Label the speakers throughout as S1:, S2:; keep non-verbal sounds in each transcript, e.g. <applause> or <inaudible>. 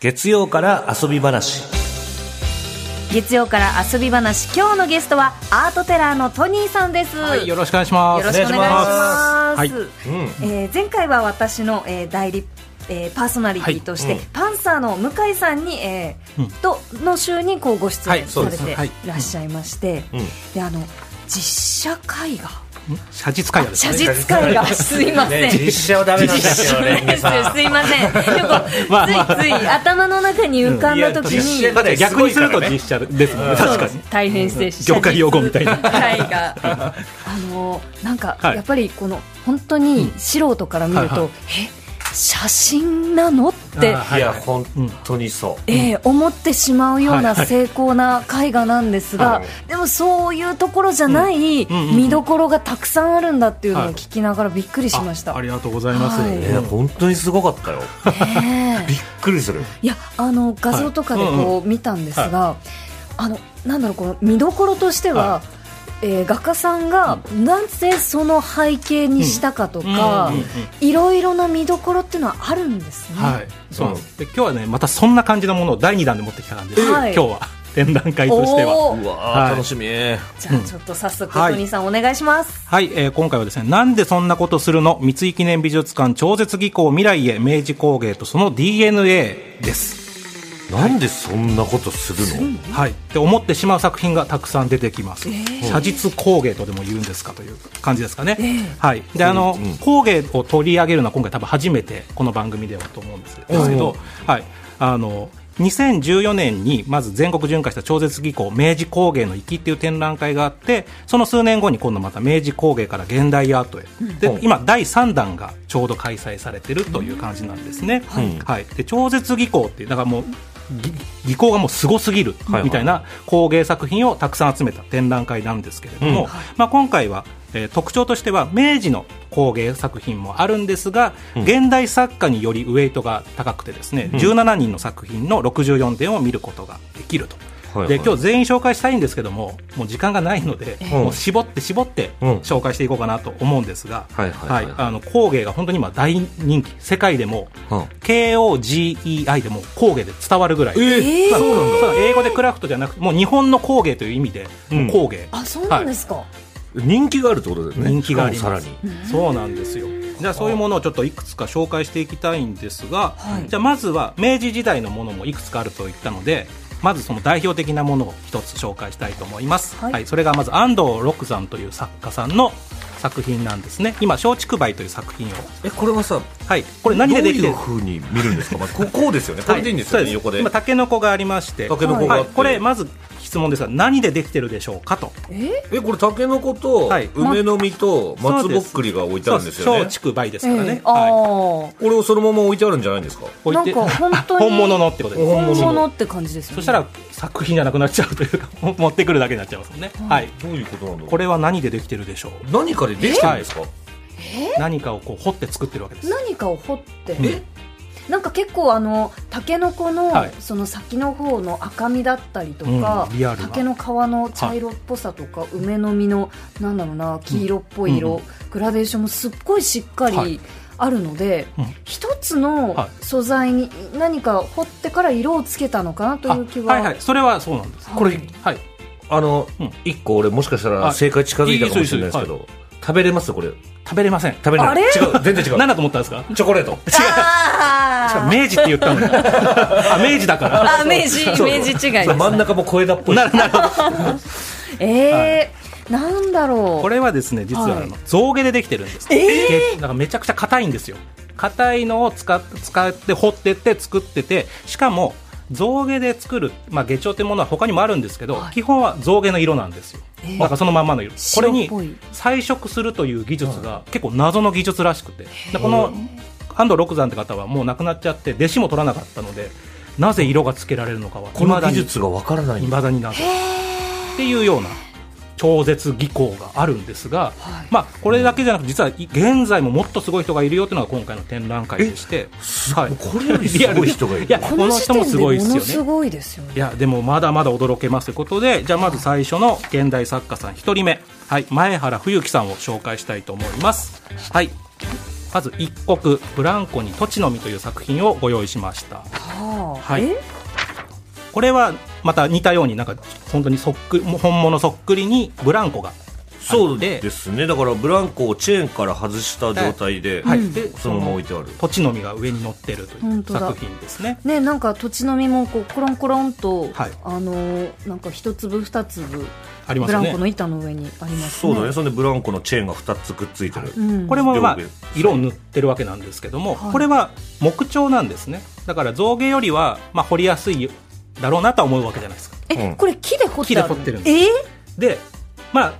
S1: 月曜から遊び話
S2: 月曜から遊び話今日のゲストはアートテラーのトニーさんです、
S3: はい、よろしくお願いします。
S2: よろしくお願いします。
S3: はい
S2: えー前回は私の、えー代理、えーパーソナリティとして、
S1: はいうん
S2: パンサーの向井さんに、えー
S3: うん
S2: との週にこうご出
S3: は
S2: 演
S3: い
S2: さ
S3: そう
S2: れ
S3: です
S2: て
S3: はい
S2: いらっしゃいまして、
S1: うん
S2: であの実写絵画
S3: ん写実会話です
S2: 写
S3: ね。
S2: 実絵画すいません、
S1: ね実写はダメなんですよね
S2: そうですよすいませんでも
S3: <laughs> まあまあ
S2: ついつい頭の中に浮かんだ時
S1: いや
S2: に
S1: 実写
S3: だって逆にすると実写ですもんね。確か
S2: そう
S3: に
S2: で。す大変失礼し
S3: 業界用語みたいな
S2: 写実絵画あのなんか、
S3: はい
S2: やっぱりこの本当に素人から見ると、
S3: はいはい
S2: え写真なのって
S3: あーはい
S1: や本当にそ
S2: えー思ってしまうよう
S3: は
S2: ない
S3: はい
S2: 精巧な絵画なんですが、
S1: はい
S2: でもそういうところじゃない
S3: んうんうん
S2: 見どころがたくさんあるんだっていうのを
S3: はい
S2: 聞きながらびっくりしました。
S3: あありがとうございます。
S2: はい
S1: いや本当にすごかったよ
S3: <laughs>
S2: ねえ
S1: びっくりする
S2: いやあの画像とかで
S3: はいうん
S2: こう見たんですが、あのなんだろうこの見どころとしては、
S3: は
S2: えー画家さんがなぜその背景にしたかとか、
S3: うんうんうん
S2: いろいろな見どころっていうのはあるんですね。
S3: はい。そうなんです。で今日はねまたそんな感じのものを第二弾で持ってきた感じです。
S2: は
S3: 今
S2: い
S3: 日は <laughs> 展覧会としては。
S2: おー
S1: うわ
S3: は
S1: ー
S3: い
S1: 楽しみ
S2: じゃあちょっと早速、
S3: はい
S2: トニーさんお願いします。
S3: はい、えー今回はですね、なんでそんなことするの三井記念美術館超絶技巧未来へ明治工芸とその DNA です。
S1: なんでそんなことするの
S3: はい。って思ってしまう作品がたくさん出てきます。写実工芸とでも言うんですかという感じですかね。はい。で、あの、
S1: うん
S3: 工芸を取り上げるのは今回多分初めてこの番組ではと思うんですけど、はい。あの、2014年にまず全国巡回した超絶技巧明治工芸の域っていう展覧会があってその数年後に今度また明治工芸から現代アートへ、
S1: うん
S3: で今第3弾がちょうど開催されてるという感じなんですね、
S1: うん
S3: はい、で超絶技巧ってだからもうぎ技巧がもうすごすぎる
S1: はいはい
S3: みたいな工芸作品をたくさん集めた展覧会なんですけれども、
S1: うん
S3: まあ、今回は、えー特徴としては明治の工芸作品もあるんですが、現代作家によりウエイトが高くてですね、17人の作品の64点を見ることができると。
S1: はい
S3: で
S1: はい
S3: 今日全員紹介したいんですけどももう時間がないので、
S1: うん
S3: もう絞って絞って
S1: うん
S3: 紹介していこうかなと思うんですが、
S1: はいはいはいはい
S3: あの工芸が本当に今大人気世界でも
S1: うん
S3: KOGEI でも工芸で伝わるぐらい、
S1: え
S3: まあそう英語でクラフトじゃなくてもう日本の工芸という意味で、
S1: うん
S3: もう工芸
S2: あ、そうなんですか。
S1: 人気があるってことだよね
S3: 人気があり
S1: しかも
S3: ます
S1: さらに
S3: そうなんですよじゃあそういうものをちょっといくつか紹介していきたいんですが、
S2: はい
S3: じゃあまずは明治時代のものもいくつかあると言ったのでまずその代表的なものを一つ紹介したいと思います、
S2: は
S3: はいいそれがまず安藤六山という作家さんの作品なんですね今松竹梅という作品を
S1: えこれはさ
S3: はいこれ何
S1: 何
S3: で
S1: で
S3: で
S1: で
S3: き
S1: き
S3: て
S1: る
S3: る
S1: ふうに見るんですかまあこ <laughs> こうですよねこれでいいんです
S3: は
S1: よ
S3: そ
S1: ね
S3: う
S1: 横で
S3: 今タケノコがありまして
S1: タケノコがあって
S3: はいこれまず質問ですが何でできてるでしょうかと
S2: え、
S1: えこれタケノコと
S3: はい
S1: 梅の実と松ぼっくりが置いてあるんですよ
S3: そう
S1: ね
S3: 松竹梅ですからね、
S2: あ
S3: はい
S2: あ、
S1: これをそのまま置いてあるんじゃないんですか
S3: 置いて <laughs>
S2: なんか本当に
S3: 本物のってことです
S2: 本物って感じですよね。
S3: そしたら作品じゃなくなっちゃうというか <laughs> 持ってくるだけになっちゃいますもんね、はい
S1: どういうことなんだろう
S3: これは何でできてるでしょう
S1: 何かでできてるんですか
S3: 何かをこう掘って作ってるわけです
S2: 何かを掘って
S1: え、
S2: なんか結構あのタケノコの
S3: はい
S2: その先の方の赤みだったりとか
S3: うんリアル、な
S2: タケの皮の茶色っぽさとか梅の実のなんだろうな黄色っぽい
S3: うんう
S2: 色、グラデーションもすっごいしっか
S3: は
S2: り
S3: い
S2: あるので
S3: うん、
S2: 一つの
S3: は
S2: 素材に何か掘ってから色をつけたのかなという気
S3: あはいは
S2: は。
S3: いそれはそうなんです
S2: はい
S1: これ
S3: はい
S1: あの
S3: うん
S1: 一個俺もしかしたら
S3: はい
S1: 正解近づいたかもしれないですけ
S3: い
S1: ど食べれますこれ
S3: 食べれません
S1: 食べれ
S2: あ
S1: ない
S2: れ
S1: 違う全然違う
S3: 何だと思ったんですか
S1: チョコレート
S2: あ
S3: し
S2: ー
S3: かも明治って
S2: <laughs>
S3: 言ったのにあ明治だから
S2: あ、明治、
S1: そう
S2: 明治違いです
S1: そう
S2: ね。
S1: 真ん中も小枝っぽいし
S2: えー、なんだろう。
S3: これはですね実はあの、
S2: は
S3: 象牙でできてるんです、えなんかめちゃくちゃ硬いんですよ硬いのを使っ使って掘ってって作っててしかも象牙で作る、まあ、下帳ってものは他にもあるんですけど、
S2: はい
S3: 基本は象牙の色なんですよ、
S2: えー
S3: だからそのまんまの色これに
S2: 白っぽい
S3: 彩色するという技術が結構謎の技術らしくて、でこの安藤六山って方はもう亡くなっちゃって弟子も取らなかったのでなぜ色がつけられるのかは
S1: この
S3: 未だ
S1: 技
S3: に
S1: 術がわからない
S3: い
S1: んだ
S3: まだに謎っていうような超絶技巧があるんですが、
S2: はい
S3: まあ、これだけじゃなく実は現在ももっとすごい人がいるよというのが今回の展覧会でして、はい、
S1: これよりすごい人がいる
S3: リアルで
S2: こ
S3: いやこ
S2: の
S3: の
S2: 時
S3: 人
S2: 点
S3: も
S2: ですも
S3: ごいで
S2: の
S3: す
S2: す
S3: よね
S2: ごいですよね。
S3: いやでもまだまだ驚けますということでじゃあまず最初の現代作家さん1人目、はい、前原冬樹さんを紹介したいと思います。はいまず一国ブランコに土地の実という作品をご用意しました
S2: はあ、
S3: はい
S2: え
S3: これはまた似たようになんか本当にそっくもう本物そっくりにブランコが
S1: そう
S3: で
S1: ですねだからブランコをチェーンから外した状態で、
S3: はいで
S1: そのまま置いてある
S3: 土地の実が上に乗ってるとい
S2: 本
S3: う
S2: 当だ
S3: 作品ですね
S2: ねなんか土地の実もこうコロンコロンと、
S3: はい
S2: あのーなんか一粒二粒
S3: ありま
S2: ブ
S3: す
S2: ラ
S3: よ
S2: ンコの
S3: ね
S2: 板の上にあります
S1: そ
S2: ね
S1: うだねそれでブランコのチェーンが2つくっついてる、
S2: うん、
S3: これもまあ
S1: 上下
S3: 色を塗ってるわけなんですけども、
S2: はい
S3: これは木彫なんですねだから造形よりはまあ掘りやすいだろうなとは思うわけじゃないですか
S2: え、
S1: うん
S2: これ木で掘ってある
S3: 木で掘ってるんで
S2: え
S3: でまあ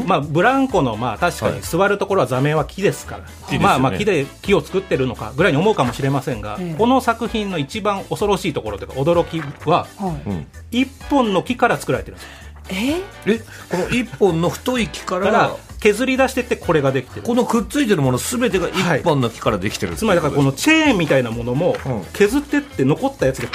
S1: ん
S3: まあ、ブランコのまあ確か
S1: はい
S3: に座るところは座面は木ですから、
S1: 木ですよね
S3: まあまあ木で木を作ってるのかぐらいに思うかもしれませんが、
S2: ええ
S3: この作品の一番恐ろしいところというか驚きは
S2: はい
S1: うん
S3: 一本の木から作られてるんです
S2: え
S1: えこの1本の太い木か
S3: だから
S1: ら
S3: 削り出してってこれができてる
S1: このくっついてるもの全てが1本の木からできてるって
S3: つ
S1: い
S3: ま
S1: う
S3: りだからこのチェーンみたいなものも
S1: うん
S3: 削ってって残ったやつが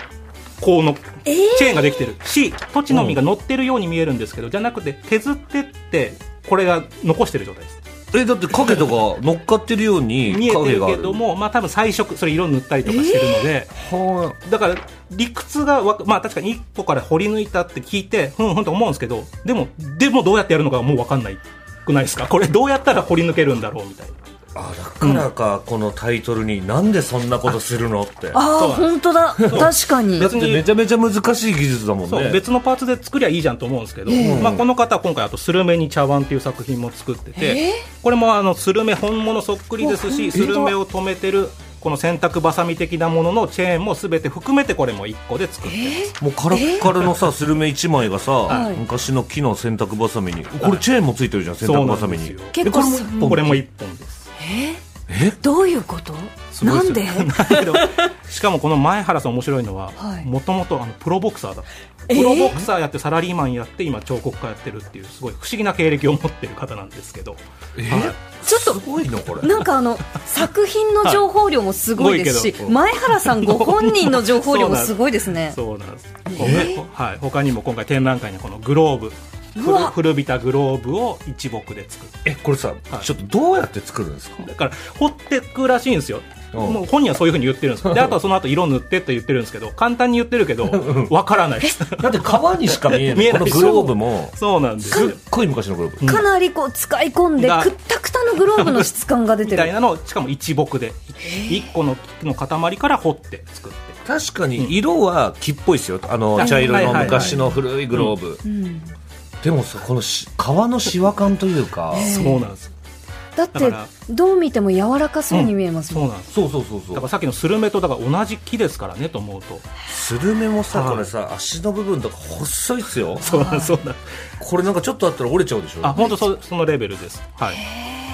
S3: こうの
S2: えー
S3: チェーンができてるし土地の実が乗ってるように見えるんですけどじゃなくて削ってってこれが残してる状態です
S1: えだって影とか乗っかってるように
S3: 見えて
S1: 影
S3: る
S1: があ
S3: け
S1: る
S3: どもまあ多分彩色それ色塗ったりとかしてるので、
S1: は
S3: だから理屈がわかまあ確かに1個から掘り抜いたって聞いてふんふんと思うんですけどでもでもどうやってやるのかもう分かんないくないですかこれどうやったら掘り抜けるんだろうみたいな
S1: あだからか、このタイトルになんでそんなことするのってだ
S2: ああ
S3: そうな
S2: 本当だ確かに
S1: ってめちゃめちゃ難しい技術だもん
S3: そう、
S1: ね
S3: 別のパーツで作りゃいいじゃんと思うんですけど、
S2: ええ
S3: まあ、この方は今回あと「スルメに茶碗」っていう作品も作ってて、
S2: え
S3: これもあのスルメ本物そっくりです
S2: お本
S3: し
S2: 当
S3: ス
S2: だ
S3: ルメを止めてるこの洗濯ばさみ的なもののチェーンも全て含めてこれも1個で作ってる
S1: もうカラッカラのさ、スルメ1枚がさ、
S2: はい
S1: 昔の木の洗濯ばさみにこれチェーンもついてるじゃん洗濯ばさみに
S3: そうなんです
S1: え
S2: 結
S1: こ
S2: 構
S1: れも
S2: そ
S1: 1
S3: よ
S1: 本
S3: これも1本です
S2: え
S1: え
S2: どういうこと
S3: すご
S2: ないんです
S3: よだけど <laughs> しかもこの前原さん面白いのは
S2: はい
S3: もともとあのプロボクサーだった
S2: えー
S3: プロボクサーやってサラリーマンやって今彫刻家やってるっていうすごい不思議な経歴を持ってる方なんですけど
S1: え
S3: はい
S2: ちょっと
S1: すごいなこれ
S2: なんかあの作品の情報量もすごいです
S3: は
S2: し
S3: いすごいけど
S2: 前原さんご本人の情報量もすごいです
S3: <laughs>
S2: ね
S3: そうなんです、
S2: えー
S3: こうねはい、他にも今回展覧会にはこのグローブ
S2: う
S3: 古
S2: わ
S3: 古びたグローブを一木で作って
S1: えこれさ、
S3: はい
S1: ちょっとどうやって作るんですか
S3: だから掘ってくらしいんですよ
S1: うん
S3: もう本人はそういうふうに言ってるんですよであとはその後色塗ってって言ってるんですけど簡単に言ってるけどわからないです
S1: だって革にしか見えな
S3: <laughs> 見
S1: い
S3: えな
S1: こ
S3: い
S1: のグローブも
S3: そうなんです
S1: すっ
S3: よ
S1: ごい昔のグローブ
S2: かなりこう使い込んで
S3: が
S2: くったくたのグローブの質感が出て
S3: みたい
S2: る
S3: なのをしかも一木で一個の木の塊から掘って作って
S1: 確かに色は木っぽいですよあの
S3: あ
S1: 茶色
S3: はいは
S1: の
S3: いはい
S1: 昔の古いグローブ
S2: うん
S1: でもさこのし皮のしわ感というか
S2: え
S3: そうなんです
S2: だって
S3: だから
S2: どう見ても柔らかそうに見えます
S3: そ
S2: もん
S3: うなんです
S1: そうそうそうそ
S3: だか
S1: う
S3: らさっきのスルメとだから同じ木ですからねと思うと
S1: スルメもさ
S3: はい
S1: これさ足の部分とか細いっすよ
S3: そうなんですそうなんです
S1: これなんかちょっとあったら折れちゃうでしょ
S3: あ本当そそのレベルですはい
S1: え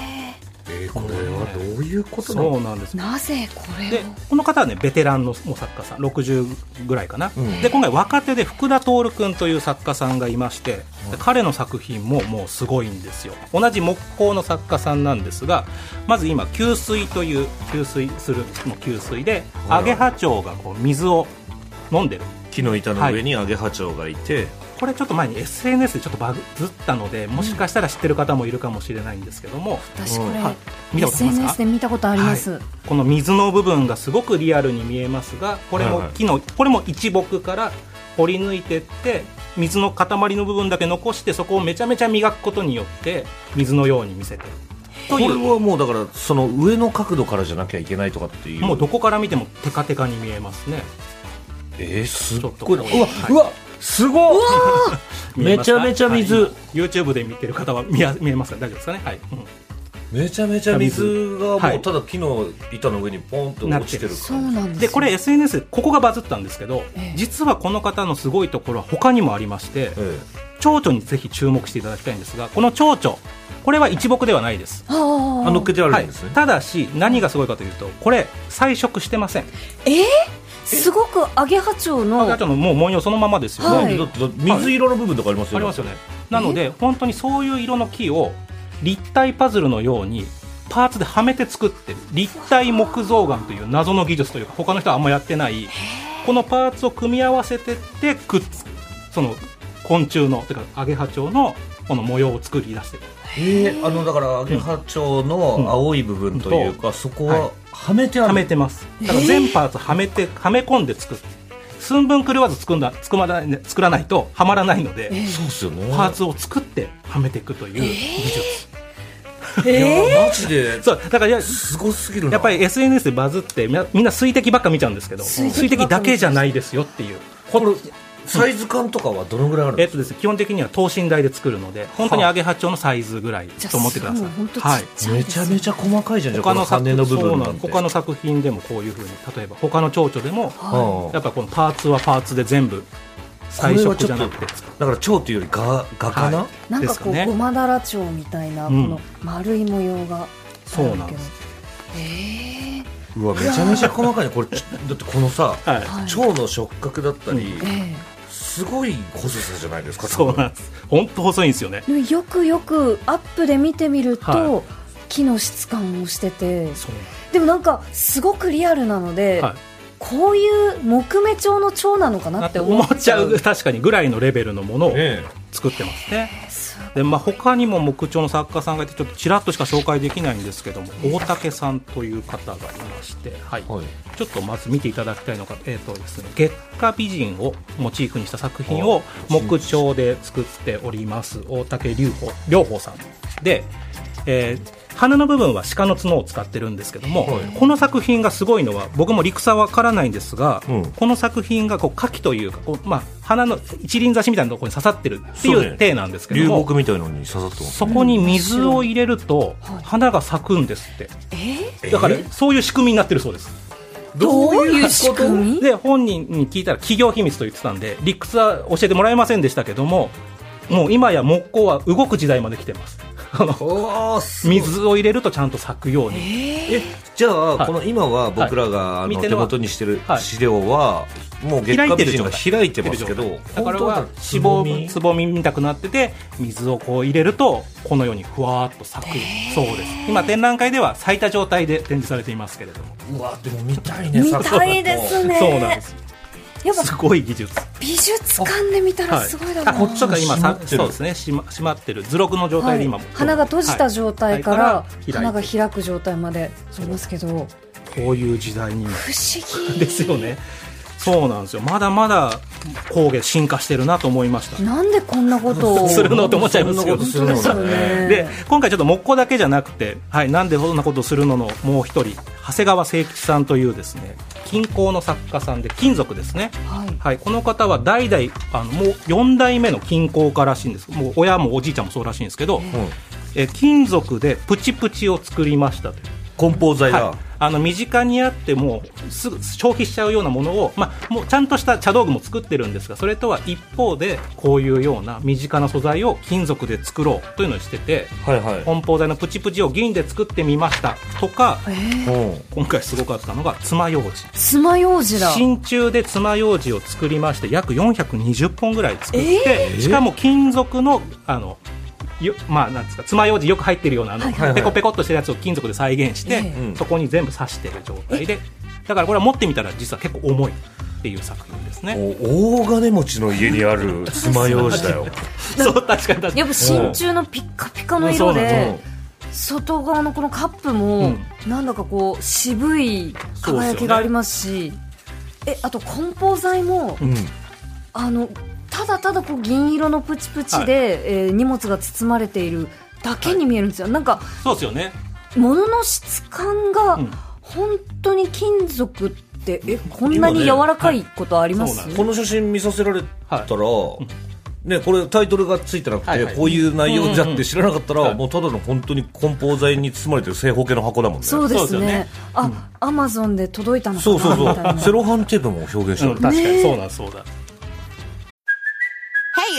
S1: ーこれはどういうことな
S3: そ
S1: の
S3: うなんです
S2: なぜこれ
S3: で
S2: を
S3: この方はねベテランのもう作家さん60ぐらいかな、
S1: うん
S3: で今回若手で福田徹君という作家さんがいまして、で彼の作品ももうすごいんですよ同じ木工の作家さんなんですがまず今給水という給水するの給水で
S1: はい
S3: アゲハチョウがこう水を飲んでる
S1: 木の板の上にアゲハチョウがいて
S3: これちょっと前に SNS でちょっとバグったのでもしかしたら知ってる方もいるかもしれないんですけども、
S2: 私こ
S3: はい見
S2: れ
S3: たことありますか
S2: SNS で見たことあります
S3: はいこの水の部分がすごくリアルに見えますがこれ
S1: はい
S3: も
S1: はい
S3: 木の、これも一木から掘り抜いてって水の塊の部分だけ残してそこをめちゃめちゃ磨くことによって水のように見せてる
S1: ことれ
S3: いう
S1: はもうだからその上の角度からじゃなきゃいけないとかっていう
S3: もうどこから見てもテカテカに見えますね
S1: えー、すっ
S3: ちょっと
S1: ごいなうわ、
S3: はいう
S1: わすごい <laughs> めちゃめちゃ水、
S3: 見えますかはい YouTube で見てる方は見や見えますか大丈夫ですかねはい、うん
S1: めちゃめちゃ水が
S3: は
S1: もう
S3: い
S1: ただ木の板の上にポンと落ちてる
S2: そ
S1: か
S2: うなんです
S3: で
S2: よ
S3: これ SNS でここがバズったんですけど、
S2: ええ
S3: 実はこの方のすごいところは他にもありまして
S1: ら、え
S3: 蝶々にぜひ注目していただきたいんですがこの蝶々これは一木ではないです
S2: あ
S1: え
S2: ー
S1: あ乗っけてあ
S3: は
S1: るん
S3: い
S1: ですね、、
S3: ただし何がすごいかというとこれ彩色してません
S2: えーすごくアゲハチョウの
S3: 赤ちゃんのもう文様そのままですよね、
S2: はい
S1: だってだって水色の部分とかありますよ
S3: ありますよねなので本当にそういう色の木を立体パズルのようにパーツではめて作ってる立体木造岩という謎の技術というか他の人はあんまやってないこのパーツを組み合わせてってくっつその昆虫のてかアゲハチョウのこの模様を作り出してる
S1: えー、あのだからアゲハチョウの青い部分というか、そこははめてある、
S3: はめてますだから全パーツはめてはめ込んで作る寸分狂わず作んだ作まらない作らないとはまらないので、
S1: そうっすよね
S3: パーツを作ってはめていくという技術、
S1: い
S2: え
S1: やマジで
S3: そうだからや
S1: すごすぎるな
S3: やっぱり SNS でバズってみんなみんな水滴ばっか見ちゃうんですけど
S2: 水
S3: 水
S2: 滴ばっか
S3: 滴だ
S2: 見ちゃう
S3: けじゃないですよっていう
S1: これサイズ感とかはどのぐらいあるん
S3: え
S1: で
S3: っとですね、基本的には等身大で作るので本当にアゲハチョウのサイズぐらい
S2: じゃあ
S3: と思ってくださ
S2: そう本当ちっ
S3: い、
S2: ちゃ
S3: はいい、
S1: すかめちゃめちゃ細かいじゃんじゃあこの
S3: 作
S1: 羽の部
S3: そう
S1: 分
S3: な
S1: なんんて
S3: 他の作品でもこういうふうに例えば他の蝶々でも
S1: うん
S3: やっぱこのパーツはパーツで全部彩色じゃなくて
S1: これはちょっとだから蝶というより画画かな、
S3: はい
S2: なんか
S3: です
S2: こ
S3: か
S2: う
S3: ね
S2: ごまだら蝶みたいなこ
S3: うん
S2: の丸い模様が
S3: そうなんです
S2: え
S1: うわめちゃめちゃ細かいねこれちだってこのさ、
S3: はい、
S2: はい
S1: 蝶の触覚だったり、
S2: ええ
S1: すごい細さじゃないですか
S3: そうなんんです本当細いんですよね
S2: えよくよくアップで見てみると、
S3: は
S2: 木の質感をしてて
S3: そうなんで、、
S2: でもなんかすごくリアルなのです
S3: はい、
S2: こういう木目調の蝶なのかなって思
S3: 思
S2: っ
S3: っ
S2: ち
S3: ち
S2: ゃ
S3: ゃ
S2: う
S3: う確かにぐらいのレベルのものを
S1: ね
S3: 作ってますね
S2: す
S3: で、まあ、他にも木彫の作家さんがいてちょっとちらっとしか紹介できないんですけども大竹さんという方がいまして、はい
S1: はい
S3: ちょっとまず見ていただきたいのが、えーとですね、月下美人をモチーフにした作品を木彫で作っております大竹隆法良法さんで、えー花の部分は鹿の角を使ってるんですけども、
S1: はい
S3: この作品がすごいのは僕も陸さわからないんですが、
S1: うん
S3: この作品がこう花器というかこう、まあ、花の一輪挿しみたいなところに刺さってるってい
S1: そうね
S3: う体なんですけ
S1: 流
S3: ども、
S1: 木みたいのに刺さってます
S3: そこに水を入れると
S2: はい
S3: 花が咲くんですって
S2: え
S1: え
S3: だからそういう仕組みになってるそうです
S2: どういう仕組み
S3: で本人に聞いたら企業秘密と言ってたんで理屈は教えてもらえませんでしたけどももう今や木工は動く時代まで来てます <laughs> あの
S1: おーすごい
S3: 水を入れるとちゃんと咲くように
S1: えじゃあ、
S3: はい
S1: この今は僕らが、
S3: はい
S1: あ
S3: 見
S1: の
S3: て
S1: 手
S3: るのは
S1: 元にしてる
S3: はい
S1: 資料は、もう月下美人が開いてますけど
S3: だからは
S1: つ
S3: 脂
S1: ぼ
S3: 肪
S1: み
S3: つぼみみたくなってて水をこう入れるとこのようにふわーっと咲くそうです今展覧会では咲いた状態で展示されていますけれども
S1: うわでも見たいね
S2: 見たいですね
S3: そうなんです
S2: やっぱ
S3: すごい技術
S2: 美術館で見たらすごいだろうな、
S3: あこっちとか今
S1: 閉ま
S3: さ
S1: ってる
S3: そうですね閉ま閉まってる図録の状態で今、
S2: はい花が閉じた状態から、
S3: はい開いて
S2: 花が開く状態までありますけど不思
S3: こういう時代に
S2: 議
S3: ですよねそうなんですよまだまだ工芸進化してるなと思いました
S2: なんでこんなことを
S3: するのと思っちゃいま
S1: そん
S3: すよ
S1: なことするの
S2: 本当ですよね
S3: で今回ちょっと木工だけじゃなくて、はい、なんでそんなことするののもう一人長谷川誠吉さんというですね金工の作家さんで金属ですね
S2: はい
S3: はい、この方は代々あのもう4代目の金工家らしいんですもう親もおじいちゃんもそうらしいんですけど、え金属でプチプチを作りましたと
S1: 梱包材だ、
S3: はい、あの身近にあってもうすぐ消費しちゃうようなものを、まあ、もうちゃんとした茶道具も作ってるんですがそれとは一方でこういうような身近な素材を金属で作ろうというのをしてて
S1: はいはい
S3: 梱包材のプチプチを銀で作ってみましたとか
S2: えー、
S1: うん
S3: 今回すごかったのが爪楊枝
S2: 爪楊枝だ
S3: 真鍮で爪楊枝を作りまして約420本ぐらい作って、
S1: えー
S3: しかも金属のあのよまあなんですか爪楊枝よく入ってるようなあの、
S2: はい
S1: はいはい
S3: ペコペコっとしてるやつを金属で再現して、
S2: え
S1: え
S3: そこに全部刺してる状態でだからこれは持ってみたら実は結構重いっていう作品ですね。
S1: お大金持ちの家にあ <laughs> る爪楊枝だよ
S3: <laughs> そう確かに確かに
S2: やっぱ真鍮のピッカピカの
S3: そ
S2: 色
S3: うなん
S2: で
S3: で
S2: 外側のこのカップも、なんだかこう渋い輝きがありますしえあと梱包材も、
S1: うん
S2: あのただただこう銀色のプチプチで、えー荷物が包まれているだけに見えるんですよ、なんか
S3: そうですよね
S2: 物の質感が
S3: うん
S2: 本当に金属って、えこんなに柔らかいことあります、
S3: 今ね
S1: この写真見させられたら、ね、これタイトルがついてなくて、
S3: はいはい
S1: こういう内容だって知らなかったら、
S3: うんうんうん
S1: もうただの本当に梱包材に包まれてる正方形の箱だもんね
S2: そうですね
S3: そうですよね
S2: あ、アマゾンで届いたのかな
S1: そうそうそ。
S2: みたいうな
S1: セロハンテープも表現して
S3: うん
S1: る。
S3: 確かにそうだそうだ、
S4: Hey,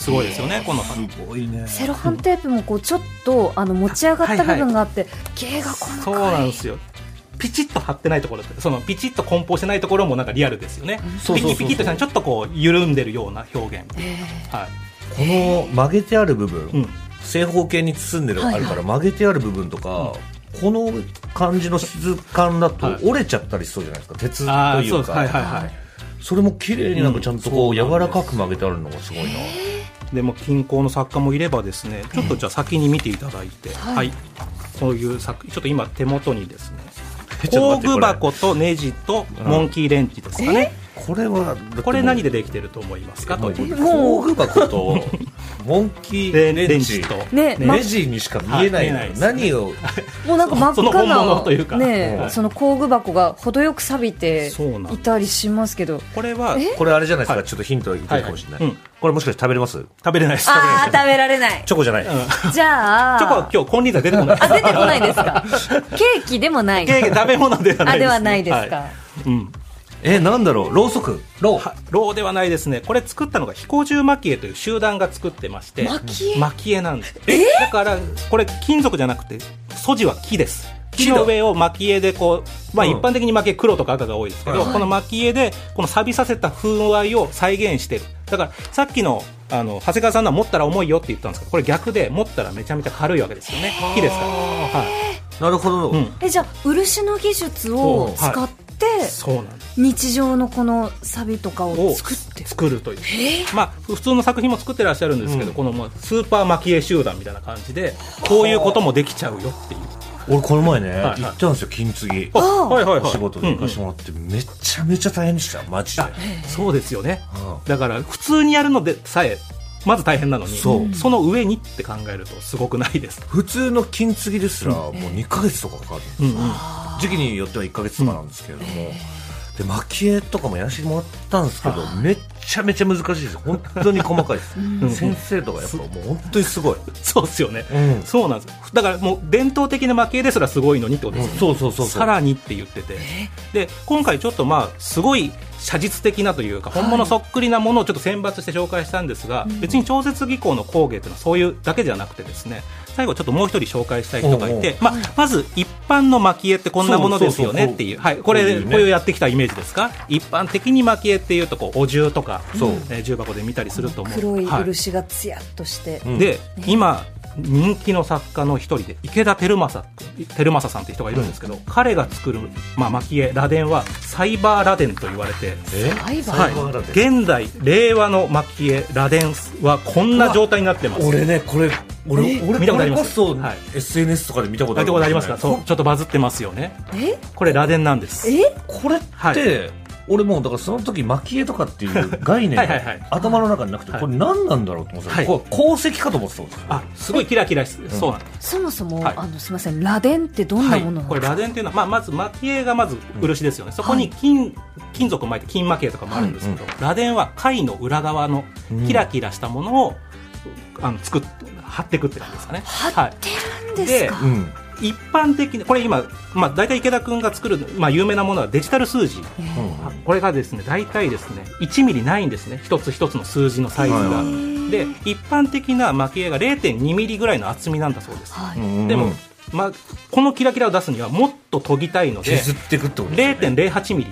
S3: すごいですよね、この花
S1: すごいね
S2: セロハンテープもこうちょっとあの持ち上がった部分があって、芸が細かい
S3: そうなんですよピチッと張ってないところそのピチッと梱包してないところもなんかリアルですよね
S1: そう
S3: ピ
S1: そうそうそう
S3: キピキっとしたちょっとこう緩んでるような表現、はい
S1: この曲げてある部分、
S3: うん
S1: 正方形に包んでる
S2: はい
S1: あるから曲げてある部分とか、この感じの質感だと
S3: はい
S1: 折れちゃったりしそうじゃないですか鉄と
S3: ああ
S1: い
S3: そう
S1: う
S3: です
S1: か
S3: はいはいはい
S1: それも綺麗になんかちゃんとこう
S3: うんそう
S1: 柔ら
S3: なんです
S1: かく曲げてあるのがすごいな、
S3: でも近郊の作家もいればですねちょっとじゃあ先に見ていただいて、はい、こういう作ちょっと今手元にですね
S1: ちょ
S3: 工
S1: っと待って
S3: 具箱とネジとモンキーレンチですかね、
S1: これはだってもう
S3: これ何でできてると思いますか
S1: も
S3: と
S1: う
S3: いう
S1: 工具箱 <laughs> とモンキ
S3: で
S1: ー
S3: レ
S1: レ
S3: ン
S1: ン
S3: チ
S1: チ
S3: と
S1: と
S2: ねま
S1: レジにしか見えない,、
S3: はい見えないですね
S1: 何を
S2: もうなんか真っ
S3: その
S2: 赤
S3: 本物
S2: な
S3: というか
S2: ね
S3: はい
S2: その工具箱が程よく錆びて
S3: そうなんです
S2: いたりしますけど
S3: これは
S1: これあれじゃないですか、
S3: はい
S1: ちょっとヒントいけるかもしれない、
S3: はいはいうん
S1: これもしかして食べれます
S3: 食べれないです
S2: ああ
S3: 食べれな
S2: 食べられ
S3: いです
S2: ない
S1: チョコじゃない、
S3: うん
S2: じゃあ
S3: チョコは今日金輪際出てこない
S2: あ出てこないですかケーキでもない
S3: ケーキ食べ物ではない
S2: あで
S3: です、
S2: はないですか、
S3: はいうん
S1: えなんだろうろうそくろう
S3: はろうではないですねこれ作ったのが彦十蒔絵という集団が作ってまして
S2: 蒔絵
S3: 蒔絵なんですだからこれ金属じゃなくて素地は木です木の上を蒔絵でこう、まあ、
S1: うん
S3: 一般的に蒔絵黒とか赤が多いですけど、
S1: はい
S3: この蒔絵でこの錆びさせた風合いを再現してるだからさっきのあの長谷川さんのは持ったら重いよって言ったんですけどこれ逆で持ったらめちゃめちゃ軽いわけですよね木ですから、は
S1: なるほど、
S3: いうん、
S2: えじゃあ漆の技術を使って
S3: そうなんです
S2: 日常のこのサビとかを
S3: を
S2: 作って
S3: 作るという、まあ、普通の作品も作ってらっしゃるんですけど、このもうスーパー蒔絵集団みたいな感じでこういうこともできちゃうよっていう
S1: 俺この前ね、
S3: はい
S1: 行ったんですよ金継ぎ
S3: あはいはいはい
S1: お仕事で行かして
S3: うんうん
S1: もらって、めちゃめちゃ大変でしたマジで
S3: あそうですよね
S1: うん
S3: だから普通にやるのでさえまず大変なのに
S1: そ
S3: そうの上にって考えるとすごくないです、
S1: 普通の金継ぎですらもう2ヶ月とかかかる、
S3: うんうん
S1: 時期によっては1ヶ月とかなんですけれども、で蒔絵とかもやらせてもらったんですけどめちゃめちゃ難しいです本当に細かい <laughs> です、先生とかやっぱもう本当にすごい、
S3: <laughs> そうですよね、
S1: うん
S3: そうなんですだからもう伝統的な蒔絵ですらすごいのにってことですよね、
S1: そうそうそうそう
S3: さらにって言っててで今回ちょっとまあすごい写実的なというか本物そっくりなものをちょっと選抜して紹介したんですが、別に超絶技巧の工芸っていうのはそういうだけじゃなくてですね最後ちょっともう一人紹介したい人がいて、まあ、まず一般の蒔絵ってこんなものですよねっていう
S1: そうそうそう
S3: はい、これ
S1: こうい
S3: こ
S1: ううね
S3: いうやってきたイメージですか一般的に蒔絵っていうとこうお重とか、
S1: そう
S3: えー重箱で見たりすると思う
S2: 黒い
S3: はい
S2: 漆がツヤっとして、
S1: うん
S3: で、今人気の作家の一人で池田輝正って輝正さんって人がいるんですけど、彼が作る、まあ、蒔絵螺鈿はサイバー螺鈿と言われて、
S1: え
S2: バイバイ、
S1: サ
S3: は
S1: イ
S3: い
S1: バー螺鈿
S3: 現代令和の蒔絵螺鈿はこんな状態になってます
S1: 俺ねこれ俺
S3: え見
S1: 俺こ
S3: たことあ
S1: れ
S3: りま
S1: こ
S3: す
S1: そ、
S3: はい
S1: SNS とかで見たこと
S3: だ
S1: あ
S3: って
S1: る
S3: ことありますか
S1: こ
S3: そうちょっとバズってますよね
S2: え
S3: これ螺鈿なんです
S2: え
S1: これって、
S3: はい
S1: 俺もうだからその時蒔絵とかっていう概念 <laughs>
S3: はいはいはい
S1: が頭の中になくて
S3: はい
S1: これ何なんだろうと思ってた、
S3: はい
S1: これ鉱石かと思ってたんですよ
S3: あすごいキラキラして、そうなんです
S2: そもそも、
S3: はい
S2: あのすみません螺鈿ってどん
S3: は
S2: ないものなの、
S3: これ螺鈿というのは、まあ、まず蒔絵がまず漆ですよね、そこに金,、金属を巻いて金蒔絵とかもあるんですけど、螺鈿は貝の裏側のキラキラしたものを、あの作っ貼っていくって感じですかね。
S2: 貼ってるんですか、
S1: うん
S3: はい、一般的にこれ今、まあ、大体池田君が作る、まあ、有名なものはデジタル数字、これがですね大体ですね1ミリないんですね一つ一つの数字のサイズが、
S1: は
S3: で一般的な蒔絵が0.2ミリぐらいの厚みなんだそうです、
S2: はい
S1: うん
S3: でも、まあ、このキラキラを出すにはもっと研ぎたいので
S1: 削っていくってことですよね
S3: 0.08ミリ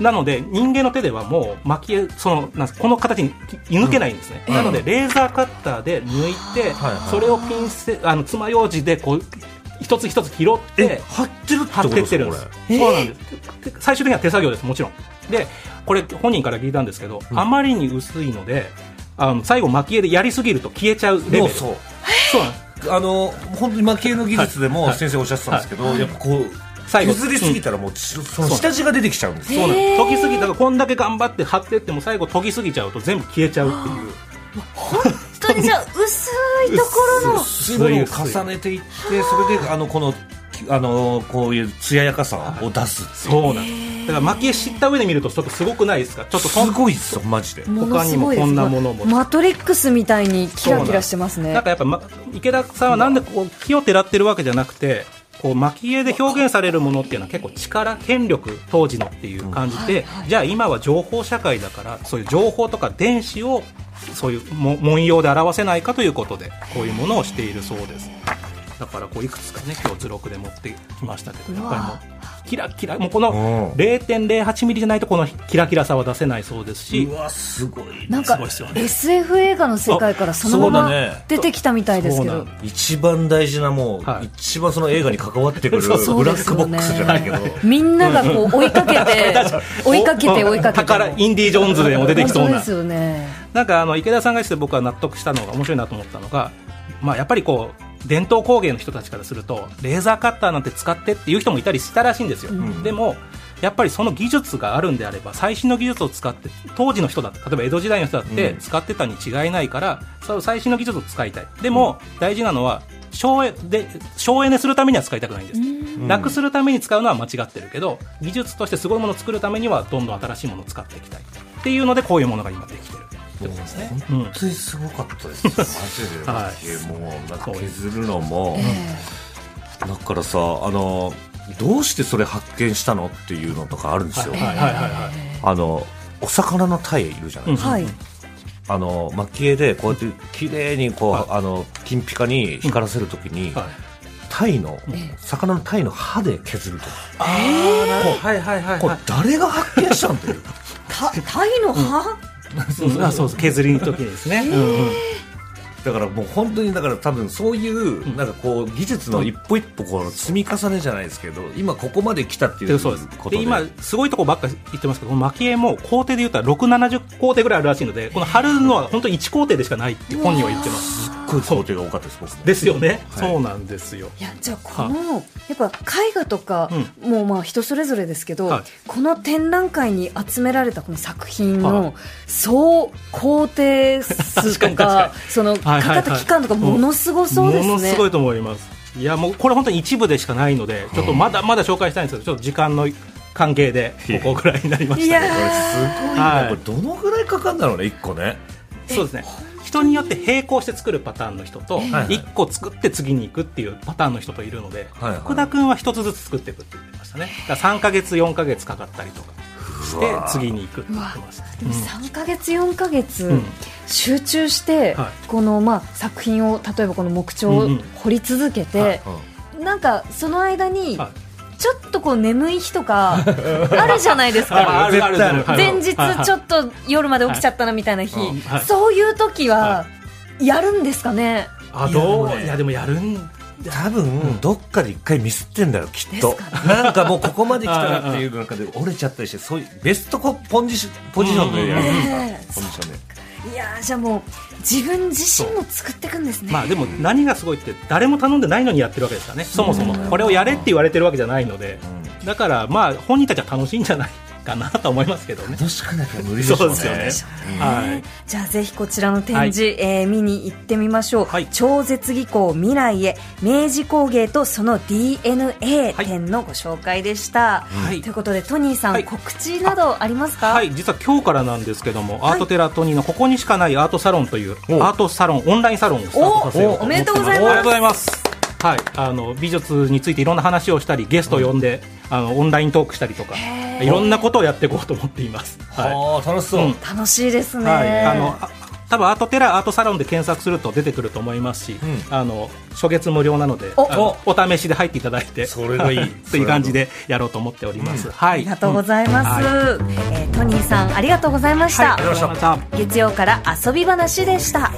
S3: なので人間の手ではもう巻きそのなんすかこの形に射抜けないんですね、なのでレーザーカッターで抜いて、
S1: はいはい
S3: それをピンセあの爪楊枝でこう一つ一つ拾って
S1: え貼ってるって
S3: 貼
S1: こ
S3: っ
S1: と
S3: て
S1: で
S3: って
S1: す
S3: る
S1: か
S3: ん
S1: こ
S3: で
S1: れ
S3: す、そうなんですで最終的には手作業ですもちろんでこれ本人から聞いたんですけど、あまりに薄いのであの最後蒔絵でやりすぎると消えちゃうレベル
S1: もうそう
S3: そうなんです
S1: あの本当に蒔絵の技術で
S3: は
S1: も
S3: い
S1: 先生おっしゃってたんですけど、やっぱこう
S3: 最後
S1: 削りすぎたらもう、ちその
S3: そう
S1: 下地が出てきちゃうんですよ
S3: そうなんで
S2: へー
S3: す研ぎすぎだからこんだけ頑張って貼ってっても最後研ぎすぎちゃうと全部消えちゃうっていう
S2: 本当にじゃあ薄いところの
S1: 薄いものを重ねていってそれであのこのあのこういう艶やかさを出すっていう
S3: そうなんですだから蒔絵知った上で見るとちょっとすごくないですかちょっとそん
S1: すごいですよマジで
S2: ものすごいです
S3: 他にもこんなものも
S2: マトリックスみたいにキラキラしてますね
S3: なんかやっぱ、ま、池田さんはなんでこう木をてらってるわけじゃなくてこう蒔絵で表現されるものっていうのは結構力権力当時のっていう感じで、じゃあ今は情報社会だからそういう情報とか電子をそういうも文様で表せないかということでこういうものをしているそうですだからこういくつかね今日図録で持ってきましたけどやっぱりもうキラキラもうこの
S1: うん
S3: 0.08ミリじゃないとこのキラキラさは出せないそうですし
S1: うわすごい
S2: なんか
S3: すごいっすよね
S2: SF 映画の世界からそのま
S1: そう
S2: ま
S1: だね
S2: 出てきたみたいですけ
S3: そ
S2: ど
S3: うな
S1: 一番大事なもう、
S3: はい
S1: 一番その映画に関わってくるブ
S3: <laughs> そう
S2: そう
S1: ラックボックスじゃないけど、
S2: <laughs> みんながこう追いかけ
S3: <laughs>
S2: て追いかけて追いかけて
S3: 宝インディ・ジョーンズでも出てきそう
S2: 本当
S3: な
S2: ですよね
S3: なんかあの池田さんが言ってて僕は納得したのが面白いなと思ったのが、まあ、やっぱりこう伝統工芸の人たちからするとレーザーカッターなんて使ってっていう人もいたりしたらしいんですよ、でもやっぱりその技術があるんであれば最新の技術を使って当時の人だって例えば江戸時代の人だって
S1: うん
S3: 使ってたに違いないから、その最新の技術を使いたいでも大事なのは省エで省エネするためには使いたくないんです、楽するために使うのは間違ってるけど技術としてすごいものを作るためにはどんどん新しいものを使っていきたいっていうのでこういうものが今できてるってことですね。うん
S1: 本当にすごかったですよマジで、もうなんか削るのも、だからさあのどうしてそれ発見したのっていうのとかあるんですよ、
S3: はいはいはいはい
S1: あのお魚のタイいるじゃないですか、
S2: はい
S1: あの蒔絵でこうやって綺麗にこう、
S3: はい
S1: あの金ピカに光らせるときに、
S3: はい
S1: タイの魚のタイの歯で削るとか、
S3: はいはいはい
S1: これ誰が発見したんだよ
S2: たタイの歯
S3: そうそうあそうそう削りの時にですね。うんうん
S1: だからもう本当にだから多分そういうなんかこう技術の一歩一歩こう積み重ねじゃないですけど今ここまで来たってい
S3: で
S1: う
S3: そうです
S1: ことで
S3: で今すごいとこばっか言ってますけどこの蒔絵も工程で言ったら670工程ぐらいあるらしいのでこの貼るのは本当1工程でしかないって本人は言ってます
S1: 空想が多かったです僕も
S3: ですよね、
S1: はい
S3: そうなんですよ
S2: いやじゃあこのやっぱ絵画とか、もうまあ人それぞれですけど、
S3: はい
S2: この展覧会に集められたこの作品
S3: は
S2: の総工程数と
S3: 確かに確か
S2: かその
S3: はい
S2: か
S3: はいは
S2: か
S3: い
S2: った期間とかものすごそうですね、
S3: ものすごいと思いますいやもうこれ本当に一部でしかないのでちょっとまだまだ紹介したいんですけどちょっと時間の関係でここぐらいになりまし
S2: い
S3: た
S2: や
S3: ね
S1: これ
S2: ー
S1: すごいな、
S3: はい
S1: これどのぐらいかかるんだろうね一個ね
S3: そうですね人によって並行して作るパターンの人と
S1: いはい
S3: 1個作って次に行くっていうパターンの人といるので
S1: はいはい
S3: 福田君は1つずつ作っていくって言ってましたねだから3ヶ月4ヶ月かかったりとかして次に行くって言ってました
S2: でも3ヶ月4ヶ月、
S3: ん
S2: 集中して、
S3: はい
S2: このまあ作品を例えばこの木彫
S3: うんう
S2: を
S3: ん
S2: 彫り続けて、
S3: はい
S2: なんかその間に
S3: は
S2: ちょっとこう眠い日とかあるじゃないです
S3: <laughs> あ
S2: か
S3: るあるあるある
S2: 前日
S3: はいはい
S2: ちょっと夜まで起きちゃったなみたいな日、
S3: うんはい
S2: そういう時はやるんですかね、
S3: あ
S1: いやで
S3: ど
S1: も
S3: う
S1: ね
S3: いやでもやるん
S1: 多分、どっかで一回ミスってんだよきっと
S2: です
S1: なんかもうここまで来たらっていう中で折れちゃったりしてそういうベストコポンジシポジションでやる
S3: うんん
S1: で
S3: う
S2: んうん
S1: すか、ポジションで
S2: いやーじゃあもう自分自身も作っていくんですね、
S3: まあでも何がすごいって誰も頼んでないのにやってるわけですからねそもそもこれをやれって言われてるわけじゃないのでだからまあ本人たちは楽しいんじゃないかなと思いますけどね
S1: 楽しくなきゃ無理でしょうね
S3: そうですよねはい
S2: じゃあぜひこちらの展示、えー見に行ってみましょう、
S3: はい
S2: 超絶技巧未来へ明治工芸とその DNA
S3: はい
S2: 展のご紹介でした、
S3: い
S2: ということでトニーさん、
S3: はい
S2: 告知などありますか、
S3: はい、実は今日からなんですけども、アートテラトニーのここにしかないアートサロンという
S1: お
S3: アートサロンオンラインサロンをスタートさせよう
S2: お
S3: と思ってます
S2: おめでとうございます
S3: おめでとうございます。はい、あの美術についていろんな話をしたりゲストを呼んで、あのオンライントークしたりとかいろんなことをやっていこうと思っています。は
S1: ああ楽しそう、
S3: うん
S2: 楽しいです
S3: い、
S2: ね、
S3: はい、あのあ多分アートテラアートサロンで検索すると出てくると思いますし、
S1: う
S3: あの初月無料なので
S2: お
S3: あのお試しで入っていただいて
S1: それがいい
S3: <laughs> という感じでやろうと思っております。はい、あ
S2: ありがとうございます、
S3: うん
S2: えートニーさんありがとうございました、
S3: りがとうございました。
S2: 月曜から遊び話でした